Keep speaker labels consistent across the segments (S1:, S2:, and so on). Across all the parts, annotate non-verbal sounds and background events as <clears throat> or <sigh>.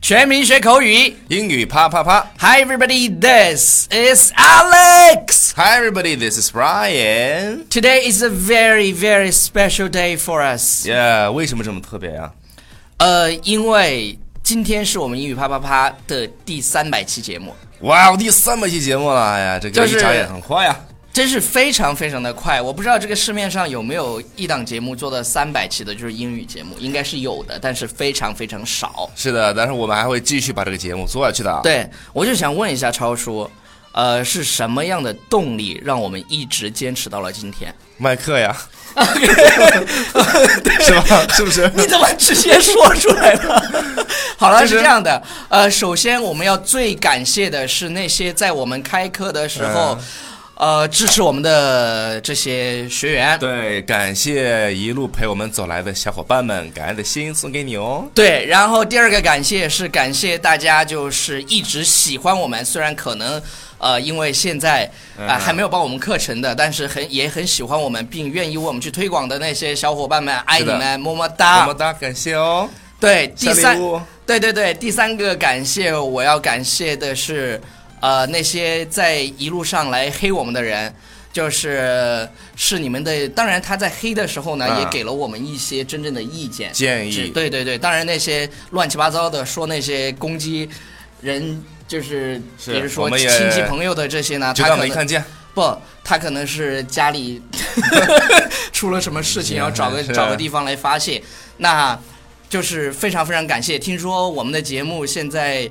S1: 全民学口语。
S2: 英语啪啪啪
S1: Hi everybody, this is Alex.
S2: ！Hi everybody, this is Brian.
S1: Today is a very very special day for us.
S2: Yeah，为什么这么特别呀、
S1: 呃，因为今天是我们英语啪啪啪的第三百期节目，
S2: 哇，我第三百期节目了，哎呀，这
S1: 就
S2: 个
S1: 是
S2: 一眨眼很快呀、
S1: 真是非常非常的快。我不知道这个市面上有没有一档节目做到三百期的，就是英语节目，应该是有的，但是非常非常少。
S2: 是的，但是我们还会继续把这个节目做下去的。，啊
S1: 对，我就想问一下超叔，呃，是什么样的动力让我们一直坚持到了今天？ <laughs>
S2: 麦克呀，是吧？是不是？
S1: <laughs> 你怎么直接说出来了？ <laughs> 好了，
S2: 就是
S1: 是这样的，呃，首先我们要最感谢的是那些在我们开课的时候，
S2: 嗯
S1: 呃，支持我们的这些学员。
S2: 对，感谢一路陪我们走来的小伙伴们，感恩的心送给你哦。
S1: 对，然后第二个感谢是感谢大家，就是一直喜欢我们，虽然可能。呃，因为现在啊、
S2: 嗯
S1: 还没有报我们课程的，但是很也很喜欢我们，并愿意为我们去推广的那些小伙伴们，爱
S2: 是
S1: 你
S2: 的
S1: 们，么么
S2: 么
S1: 哒
S2: 么。哒，感谢哦。
S1: 对，啊第
S2: 小
S1: 三
S2: 礼，物
S1: 对对对，第三个感谢我要感谢的是，呃，那些在一路上来黑我们的人，就是是你们的。当然，他在黑的时候呢，
S2: 嗯
S1: 也给了我们一些真正的意见
S2: 建议
S1: 只对对对，当然那些乱七八糟的说那些攻击人，就是
S2: 是
S1: 比如
S2: 我
S1: 说
S2: 们也
S1: 亲戚朋友的这些呢，
S2: 就
S1: 他
S2: 当
S1: 可
S2: 没
S1: 能
S2: 看见。
S1: 不，他可能是家里
S2: <laughs>
S1: 出了什么事情，
S2: 是啊
S1: 然后找个
S2: 是
S1: 找个地方来发泄。那就是非常非常感谢。听说我们的节目
S2: <laughs>
S1: 现在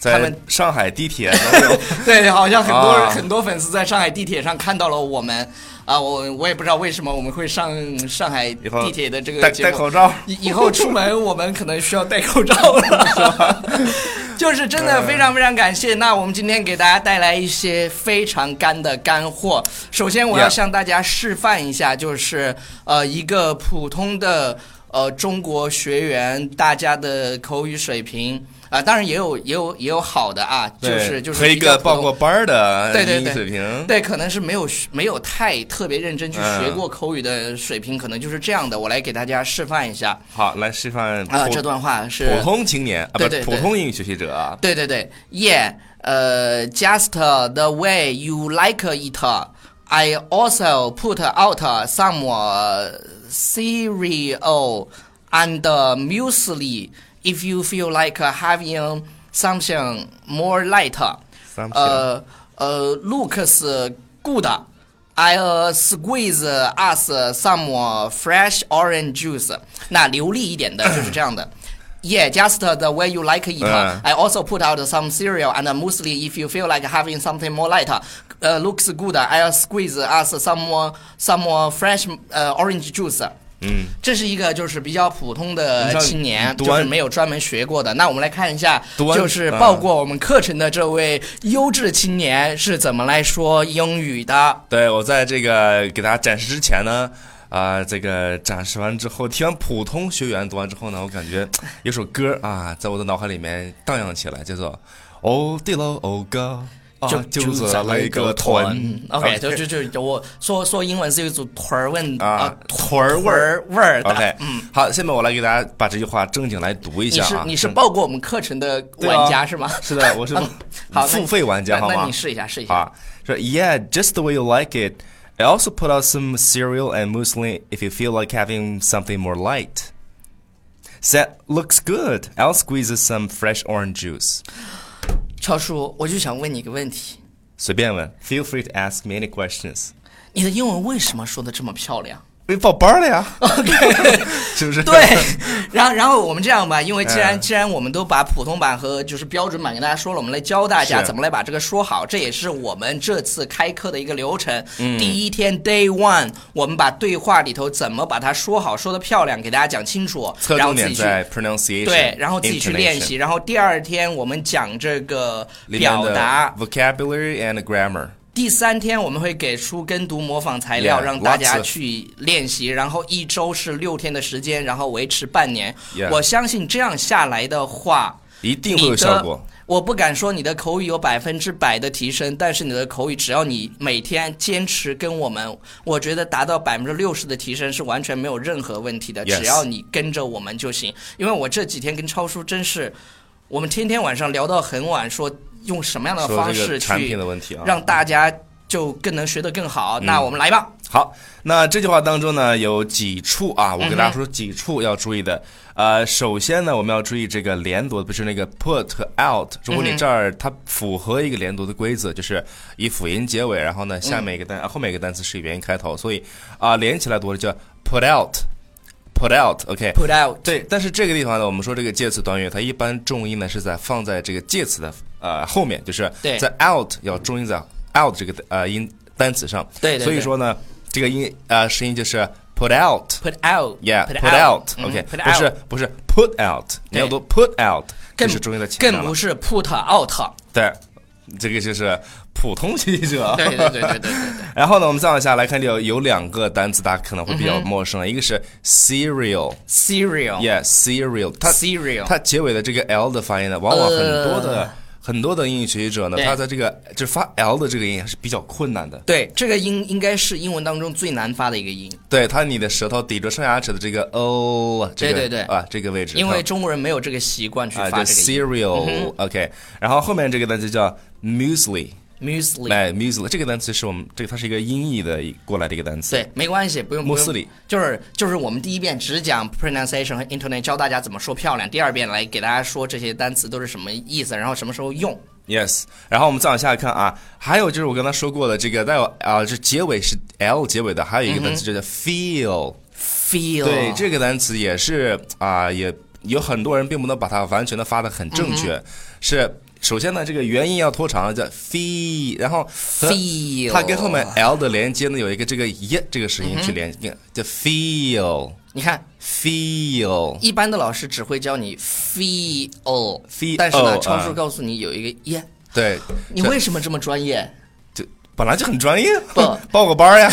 S1: 他
S2: 在
S1: 们
S2: 上海地
S1: <laughs>
S2: 铁都有
S1: 对，好像很多人、
S2: 啊
S1: 很多粉丝在上海地铁上看到了我们啊，我我也不知道为什么我们会上上海
S2: 以后
S1: 地铁的这个
S2: 戴
S1: 节
S2: 戴
S1: 目。
S2: 口罩。
S1: 以以后出门我们可能需要戴口罩了， <laughs> 就是真
S2: 嗯
S1: 的非常非常感谢。那我们今天给大家带来一些非常干的干货。首先，我要
S2: Yeah
S1: 向大家示范一下，就是呃，一个普通的呃中国学员大家的口语水平啊、当然也有也有也有好的啊，就
S2: 对
S1: 是就是
S2: 和一
S1: 比较
S2: 个
S1: 普通
S2: 报过班儿的
S1: 对对
S2: 英语
S1: 对
S2: 水平。
S1: 对，可能是没有学没有太特别认真去学
S2: 嗯
S1: 过口语的水平，可能就是这样的。我来给大家示范一下
S2: 好，来示范
S1: 啊、
S2: 普
S1: 这段话是
S2: 普通青年啊，不
S1: 对
S2: 是
S1: 对对
S2: 普通英语学习者啊。
S1: 对对对，Yeah，呃，just the way you like it。I also put out some uh, cereal and uh, muesli if you feel like having something more light.
S2: Something.
S1: 呃呃，looks good. I uh, squeeze us some uh, fresh orange juice. 那流利一点的就是这
S2: <clears throat>
S1: 样的。Yeah, just the way you like it.
S2: 嗯
S1: I also put out some cereal and mostly if you feel like having something more light, uh, looks good. I'll squeeze us some more, some more fresh uh, orange juice.
S2: 嗯，
S1: 这是一个就是比较普通的
S2: 你像
S1: 青年，
S2: 读
S1: 就
S2: 完
S1: 是没有专门学过的。那我们来看一下，
S2: 读完
S1: 就是报过我们课程的这位优质青年是怎么来说英语的。
S2: 对我在这个给大家展示之前呢，啊、这个展示完之后，听完普通学员读完之后呢，我感觉有首歌啊，在我的脑海里面荡漾起来，叫做《哦地喽哦哥》，啊就咱来个团
S1: ，OK，就就就就我说说英文是有一组团儿问
S2: 啊
S1: 啊，
S2: 团儿味
S1: 味
S2: 儿。
S1: 儿味儿的。
S2: OK，嗯，好，下面我来给大家把这句话正经来读一
S1: 你
S2: 下
S1: 是
S2: 啊。
S1: 你是报过我们课程的玩家是吗？
S2: 是的，我是
S1: 啊 <laughs> 好那
S2: 付费玩家，
S1: 那
S2: 好吗？
S1: 那你试一下试一下。
S2: 啊，说 Yeah, just the way you like it. I also put out some cereal and muesli if you feel like having something more light. That looks good. I'll squeeze some fresh orange juice.
S1: 超叔，我就想问你一个问题，
S2: 随便问，Feel free to ask me any questions.
S1: 你的英文为什么说的这么漂
S2: <laughs>
S1: 亮？ <laughs>
S2: 被报班了 <laughs> 呀
S1: OK，
S2: 是 <laughs> 不是
S1: <laughs> 对，然后然后我们这样吧，因为既然、
S2: 嗯
S1: 既然我们都把普通版和就是标准版给大家说了，我们来教大家
S2: 是
S1: 怎么来把这个说好，这也是我们这次开课的一个流程。
S2: 嗯
S1: 第一天 Day One，我们把对话里头怎么把它说好，说的漂亮，给大家讲清楚，
S2: 侧
S1: 然后
S2: 重
S1: 自
S2: 点
S1: 己去。
S2: 在 uh, pronunciation，
S1: 对，然后自己去练
S2: intonation
S1: 习，然后第二天我们讲这个
S2: 里面
S1: 表
S2: 的
S1: 达，
S2: vocabulary and grammar。
S1: 第三天我们会给出跟读模仿材料
S2: Yeah,
S1: 让大
S2: lots
S1: 家
S2: of-
S1: 去练习，然后一周是六天的时间，然后维持半年。
S2: Yeah
S1: 我相信这样下来的话，
S2: 一定会
S1: 你
S2: 有
S1: 的
S2: 效果。
S1: 我不敢说你的口语有百分之百的提升，但是你的口语只要你每天坚持跟我们，我觉得达到百分之六十的提升是完全没有任何问题的
S2: Yes
S1: 只要你跟着我们就行。因为我这几天跟超叔真是。我们天天晚上聊到很晚，说用什么样的
S2: 说
S1: 方
S2: 这个
S1: 式
S2: 产品
S1: 去
S2: 的问题啊，
S1: 让大家就更能学得更好。
S2: 嗯
S1: 那我们来吧，
S2: 好，那这句话当中呢有几处啊，我给大家说几处要注意的。呃，首先呢，我们要注意这个连读，不是那个 put out。如果你这儿它符合一个连读的规则，就是以辅音结尾，然后呢下面一个单、啊后面一个单词是以元音开头，所以啊、连起来读叫 put out，put out，OK、
S1: ，put out。
S2: 对，但是这个地方呢，我们说这个介词短语，它一般重音呢是在放在这个介词的呃后面，就是
S1: 对
S2: 在 out 要重音在 out 这个呃音单词上。
S1: 对对对
S2: 所以说呢，这个音呃声音就是 put out。
S1: Put out,
S2: Yeah,
S1: put
S2: put out.
S1: out，
S2: OK，
S1: 嗯，put
S2: 不是不是 put out，你要读 put out，这
S1: 更
S2: 是重音在前面
S1: 更
S2: 了
S1: 不是 put out。
S2: <laughs> 对，这个就是普通学习者。
S1: <laughs> 对对对对对对对。
S2: <laughs> 然后呢，我们再往下来看，有有两个单词大家可能会比较
S1: 嗯
S2: 陌生，一个是 cereal，yeah，cereal，
S1: Cereal,
S2: 它
S1: cereal。
S2: 它结尾的这个 l 的发音呢，往往很多的、很多的英语学习者呢，
S1: 呃对
S2: 他在这个就是发 l 的这个音还是比较困难的。
S1: 对，这个音应该是英文当中最难发的一个音，
S2: 对，他你的舌头抵着上牙齿的这个 o，这个
S1: 对对对
S2: 啊这个位置，
S1: 因为
S2: 它
S1: 中国人没有这个习惯去
S2: 啊
S1: 发
S2: 叫
S1: 这个音。嗯
S2: cereal，OK，然后后面这个单词叫 muesli，
S1: Muesli，
S2: 哎 muesli 这个单词是我们这个它是一个音译的一过来的一个单词，
S1: 对，没关系，不用
S2: 穆
S1: 不
S2: 斯
S1: 用
S2: 里
S1: 就是就是我们第一遍只讲 pronunciation 和 intonation，教大家怎么说漂亮。第二遍来给大家说这些单词都是什么意思，然后什么时候用。
S2: Yes，然后我们再往下看啊，还有就是我刚才说过的这个带有啊，这结尾是 l 结尾的，还有
S1: 嗯
S2: 一个单词就叫 feel，、
S1: Feel，
S2: 对，这个单词也是啊、也有很多人并不能把它完全的发的很正确。
S1: 嗯
S2: 是首先呢，这个元音要拖长，叫 feel，然后和
S1: feel，
S2: 它跟后面 l 的连接呢有一个这个耶这个声音去连，叫 feel
S1: 你看，
S2: feel
S1: 一般的老师只会教你 feel，
S2: feel，
S1: 但是呢，
S2: 啊
S1: 超叔告诉你有一个耶，
S2: 对，
S1: 你为什么这么专业？
S2: 这本来就很专业
S1: 不，
S2: 报个班
S1: <laughs>
S2: 儿呀，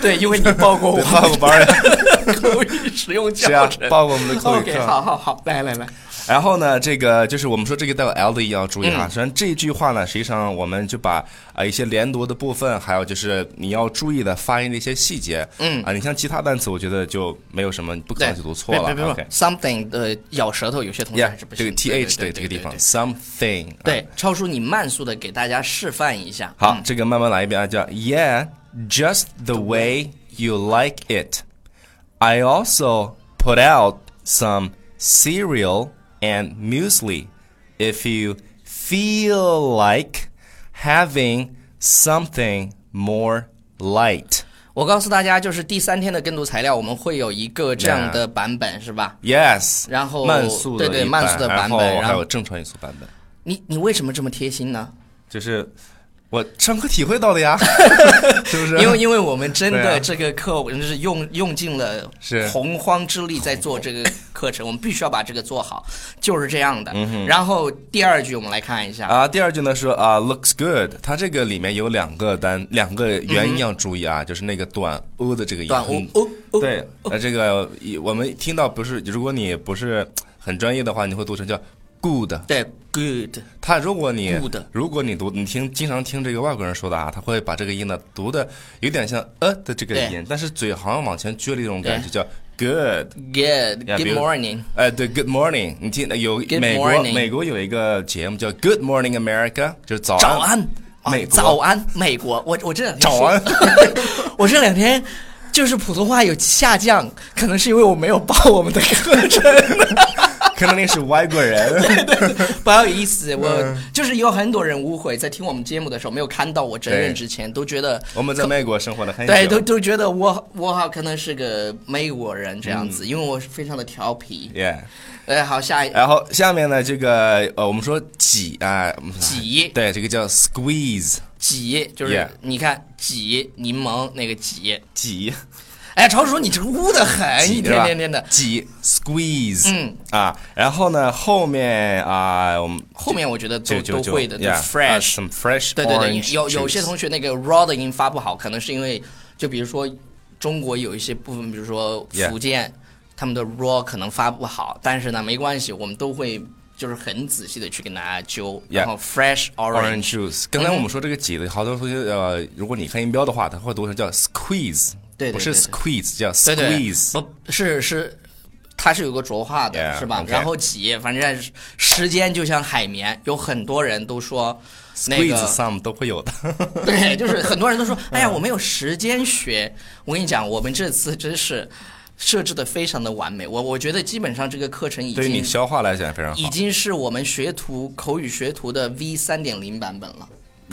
S1: 对，因为你报
S2: <laughs>
S1: 过
S2: 对报个班
S1: <laughs>
S2: 儿呀，
S1: 口语使用
S2: 是啊
S1: 教程，。
S2: 报个我们的口语
S1: OK，
S2: 课。
S1: 好好好，来来来，
S2: 然后呢，这个就是我们说这个带有 L 的也要注意
S1: 嗯
S2: 哈。虽然这句话呢，实际上我们就把啊一些连读的部分，还有就是你要注意的发音的一些细节，嗯啊，你像其他单词，我觉得就没有什么，你不可
S1: 对，
S2: 能去读错了。
S1: 别别别
S2: OK，
S1: ，something 的咬舌头，有些同学
S2: yeah，
S1: 还是不
S2: 这个
S1: 行的。
S2: th
S1: 对
S2: 的这个地方
S1: 对
S2: ，something 啊。
S1: 对，超叔，你慢速的给大家示范一下。嗯
S2: 好，这个慢慢来一遍啊，叫 Yeah, just the way you like it. I also put out some cereal and muesli. If you feel like having something more light.
S1: 我告诉大家，就是第三天的跟读材料，我们会有一个这样的版本，是吧？
S2: Yes，
S1: 然后
S2: 慢速的
S1: 对对
S2: 一
S1: 慢速的版本
S2: 然后
S1: 然后
S2: 还有正常语速版本，
S1: 你你为什么这么贴心呢？
S2: 就是我上课体会到的
S1: <laughs>
S2: 呀，是不是？
S1: 因为因为我们真
S2: 对啊
S1: 的这个课，我们是用用尽了
S2: 是
S1: 洪荒之力在做这个课程，我们必须要把这个做好，就是这样的。然后第二句我们来看一下，
S2: 嗯啊，第二句呢说啊，looks good，它这个里面有两个单两个元音要注意啊，就是那个短 o 的这个音。
S1: 嗯短
S2: 很
S1: 哦哦哦，
S2: 对，呃，这个一我们听到不是，如果你不是很专业的话，你会读成叫 good。
S1: 对，good，
S2: 它如果你
S1: good
S2: 如果你读你听经常听这个外国人说的啊，他会把这个音呢读的有点像呃的这个
S1: 对
S2: 音，但是嘴好像往前撅了一种感觉，
S1: 对
S2: 叫 good。Yeah，比
S1: good，good
S2: 如
S1: morning，
S2: 哎，对，Good morning，你听有
S1: Good
S2: 美国
S1: morning
S2: 美国有一个节目叫 Good Morning America，就是早
S1: 早安，啊
S2: 美国
S1: 早安，美国，我我这两天
S2: 早安
S1: 说， <laughs> 我这两天就是普通话有下降，可能是因为我没有报我们的课程，
S2: 可能你是外国人。
S1: <laughs> 不好意思，
S2: 嗯
S1: 我就是有很多人误会，在听我们节目的时候没有看到我真人
S2: 对
S1: 之前，都觉得
S2: 我们在美国生活了很久，
S1: 对，都都觉得我我好可能是个美国人这样子，因为我非常的调皮。
S2: yeah。嗯
S1: 哎，好，下一
S2: 然后下面呢，这个呃，我们说挤啊，我们说
S1: 挤
S2: 对，这个叫 squeeze
S1: 挤，就是
S2: Yeah
S1: 你看挤柠檬那个挤。
S2: 挤，
S1: 哎呀，超叔，你这个污的很，
S2: 挤
S1: 一
S2: 对
S1: 天
S2: 吧
S1: 天天的。
S2: 挤 squeeze，
S1: 嗯
S2: 啊，然后呢后面啊，我们
S1: 后面我觉得都
S2: 就就
S1: 都
S2: 就
S1: 会的
S2: yeah，
S1: 就 fresh，
S2: 啊，some fresh，
S1: 对对对，
S2: orange
S1: 有有
S2: juice
S1: 些同学那个 raw 的音发不好，可能是因为就比如说中国有一些部分，比如说
S2: Yeah
S1: 福建他们的 raw 可能发不好，但是呢没关系，我们都会就是很仔细的去跟大家揪，
S2: Yeah
S1: 然后 fresh
S2: orange
S1: orange，
S2: juice。刚才我们说这个挤的，好多同学呃，如果你看音标的话，它会读成叫 squeeze，
S1: 对对对
S2: 不是
S1: 对
S2: squeeze，叫
S1: 对对
S2: squeeze，
S1: 不是是。它是有个浊化的
S2: Yeah，
S1: 是吧
S2: okay
S1: 然后挤，反正时间就像海绵，有很多人都说那
S2: squeeze
S1: 个
S2: some 都会有的。 <laughs>
S1: 对，就是很多人都说，哎呀，我没有时间学。我跟你讲，我们这次真是设置的非常的完美，我我觉得基本上这个课程已
S2: 对于你
S1: 经
S2: 消化来讲非常
S1: 已
S2: 好
S1: 经是我们学徒口语学徒的 V 三点零版本了，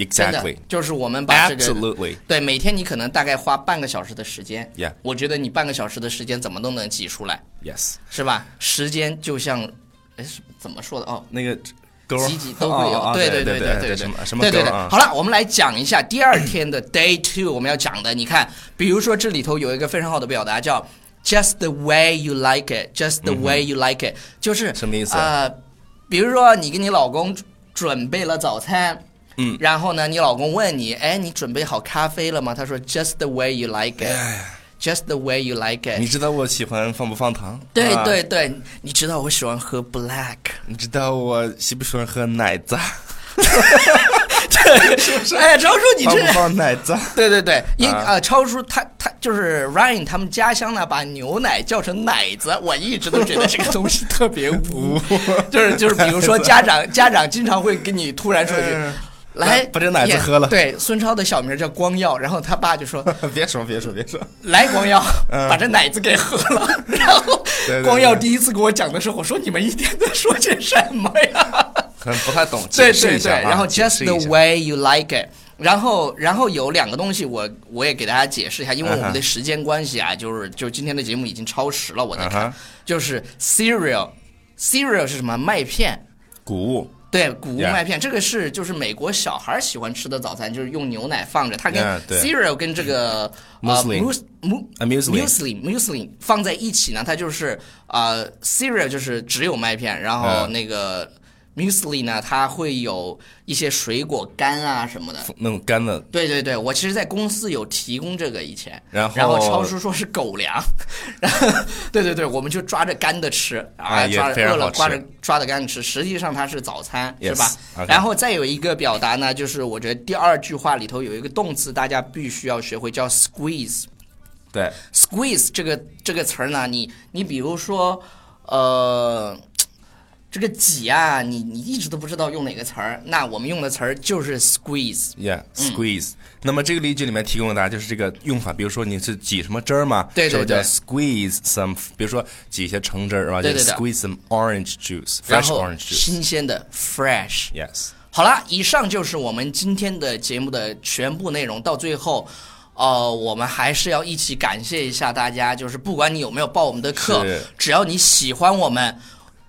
S1: 真的
S2: ，exactly，
S1: 就是我们把这个
S2: absolutely，
S1: 对，每天你可能大概花半个小时的时间
S2: Yeah
S1: 我觉得你半个小时的时间怎么都能挤出来，
S2: yes，
S1: 是吧？时间就像，哎，是怎么说的？哦，
S2: 那个勾儿
S1: 积极都会有，
S2: 啊啊
S1: 对
S2: 对
S1: 对
S2: 对
S1: 对
S2: 什么什么
S1: 对
S2: 勾
S1: 对
S2: 儿
S1: 对。
S2: 啊
S1: 好了，我们来讲一下第二天的 day two 我们要讲的，你看，比如说这里头有一个非常好的表达叫 just the way you like it，just the way you like it，、就是
S2: 什么意思啊
S1: 呃，比如说你跟你老公准备了早餐。
S2: 嗯，
S1: 然后呢？你老公问你，哎，你准备好咖啡了吗？他说，just the way you like it，just the way you like it。
S2: 哎你知道我喜欢放不放糖？
S1: 对
S2: 啊
S1: 对，对，你知道我喜欢
S2: <laughs>
S1: 喝 black，
S2: 你知道我喜不喜欢喝奶子？
S1: 哎呀，张叔，你
S2: 放
S1: 这
S2: 不放奶子？
S1: 对对对，因
S2: 啊
S1: 呃，超叔他他就是 Ryan 他们家乡呢，把牛奶叫成奶子，我一直都觉得这个东西特
S2: <laughs>
S1: 别
S2: 嗯
S1: 污，就是就是，比如说家长家长经常会跟你突然说一句
S2: 嗯。
S1: 来，
S2: 把这奶子
S1: 也
S2: 喝了
S1: 对，孙超的小名叫光耀，然后他爸就说 <laughs>
S2: <laughs> 别说别说别说，：“
S1: 来，光耀，
S2: 嗯
S1: 把这奶子给喝了。” <laughs> 然后
S2: 对对
S1: 光耀
S2: 对
S1: 第一次跟我讲的时候，我说：“你们一天在说些什么呀？”
S2: 可能不太懂，解
S1: 对
S2: 释
S1: 对
S2: 一
S1: 对，
S2: 下啊
S1: 然后
S2: 解
S1: just
S2: 释一下
S1: the way you like it。然后，然后有两个东西我，我也给大家解释一下，因为我
S2: 嗯
S1: 们
S2: 哼
S1: 的时间关系啊就是就今天的节目已经超时了，我在
S2: 嗯
S1: 看
S2: 哼
S1: 就是 cereal，cereal 是什么？麦片，
S2: 谷物
S1: 对，谷物
S2: Yeah
S1: 麦片这个是就是美国小孩喜欢吃的早餐，就是用牛奶放着，它跟
S2: Yeah，对嗯
S1: cereal 跟这个呃
S2: Muesli
S1: mus- mu-
S2: A muesli
S1: muesli muesli 放在一起呢，它就是呃 cereal 就是只有麦片，然后
S2: 嗯
S1: 那个 muesli 呢，它会有一些水果干啊什么的。
S2: 那种干的，
S1: 对对对，我其实，在公司有提供这个以前，
S2: 然
S1: 然后
S2: 后
S1: 超叔说是狗粮， <laughs> 然后对对对，我们就抓着干的吃，
S2: 啊也
S1: 抓着
S2: 非常
S1: 饿了
S2: 好吃
S1: 抓着抓着干的吃，实际上它是早餐是吧
S2: Yes，OK
S1: 然后再有一个表达呢，就是我觉得第二句话里头有一个动词，大家必须要学会叫 squeeze。
S2: 对
S1: squeeze 这个这个词儿呢，你你比如说，呃，这个挤啊，你你一直都不知道用哪个词儿，那我们用的词儿就是 squeeze。
S2: ，yeah squeeze。那么这个例句里面提供的答案就是这个用法，比如说你是挤什么汁儿嘛，
S1: 对对
S2: 是不是叫
S1: 对
S2: squeeze some？比如说挤一些橙汁儿是吧？
S1: 对
S2: 就
S1: 对对
S2: squeeze some orange juice，fresh
S1: 然后
S2: orange juice。
S1: 新鲜的 fresh。
S2: Yes，
S1: 好了，以上就是我们今天的节目的全部内容。到最后，呃，我们还是要一起感谢一下大家，就是不管你有没有报我们的课
S2: 是，
S1: 只要你喜欢我们，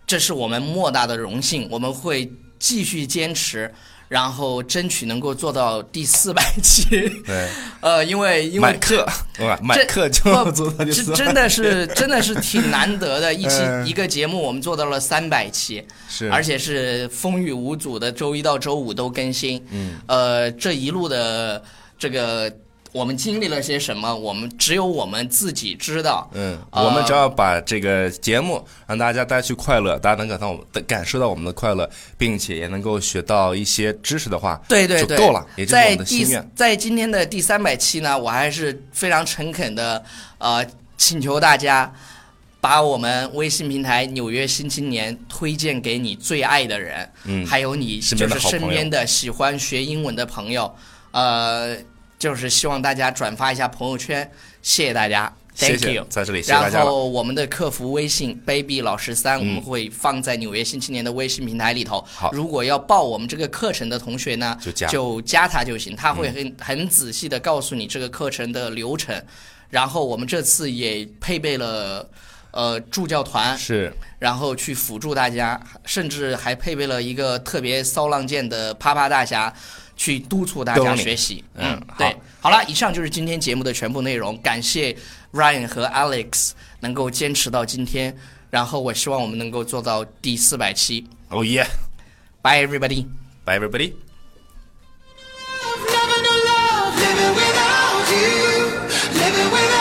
S1: 这是我们莫大的荣幸。我们会继续坚持，然后争取能够做到第四百
S2: <laughs>
S1: 期。
S2: 对，
S1: 呃，因为 <laughs> 因
S2: 买
S1: 为
S2: 课，哇，买
S1: 这
S2: 课就
S1: 不
S2: 做到第
S1: 这
S2: 四
S1: 真的是真的是挺难
S2: <laughs>
S1: 得的，一期
S2: 嗯
S1: 一个节目我们做到了三百期。
S2: 是，
S1: 而且是风雨无阻的，周一到周五都更新。嗯，呃，这一路的这个我们经历了些什么，我们只有我们自己知道。
S2: 嗯，
S1: 呃
S2: 我们只要把这个节目让大家带去快乐，大家能感到我们的感受到我们的快乐，并且也能够学到一些知识的话，
S1: 对对
S2: 就
S1: 对，
S2: 够了，也就是我
S1: 在
S2: 们的
S1: 第
S2: 心愿。
S1: 在今天的第三百期呢，我还是非常诚恳的，呃，请求大家把我们微信平台《纽约新青年》推荐给你最爱的人，
S2: 嗯
S1: 还有你
S2: 身
S1: 就
S2: 边的
S1: 是
S2: 好朋友
S1: 身边的喜欢学英文的朋友，呃，就是希望大家转发一下朋友圈，谢谢大家
S2: 谢
S1: ，Thank
S2: 谢
S1: you，。
S2: 在这里谢谢大
S1: 然
S2: 家了。嗯
S1: 后我们的客服微信 baby 老师三，我们会放在纽约新青年的微信平台里头。
S2: 好
S1: 如果要报我们这个课程的同学呢，
S2: 就加嗯
S1: 他就行，他会很、很仔细的告诉你这个课程的流程。然后我们这次也配备了呃助教团，
S2: 是
S1: 然后去辅助大家，甚至还配备了一个特别骚浪贱的啪啪大侠，去督促大家
S2: 懂你
S1: 学习。
S2: 嗯好
S1: 对，好了，以上就是今天节目的全部内容，感谢 Ryan 和 Alex 能够坚持到今天，然后我希望我们能够做到第四百期。
S2: ，Oh yeah，bye
S1: Bye everybody。
S2: everybody。
S3: Never no love, living without you, living without.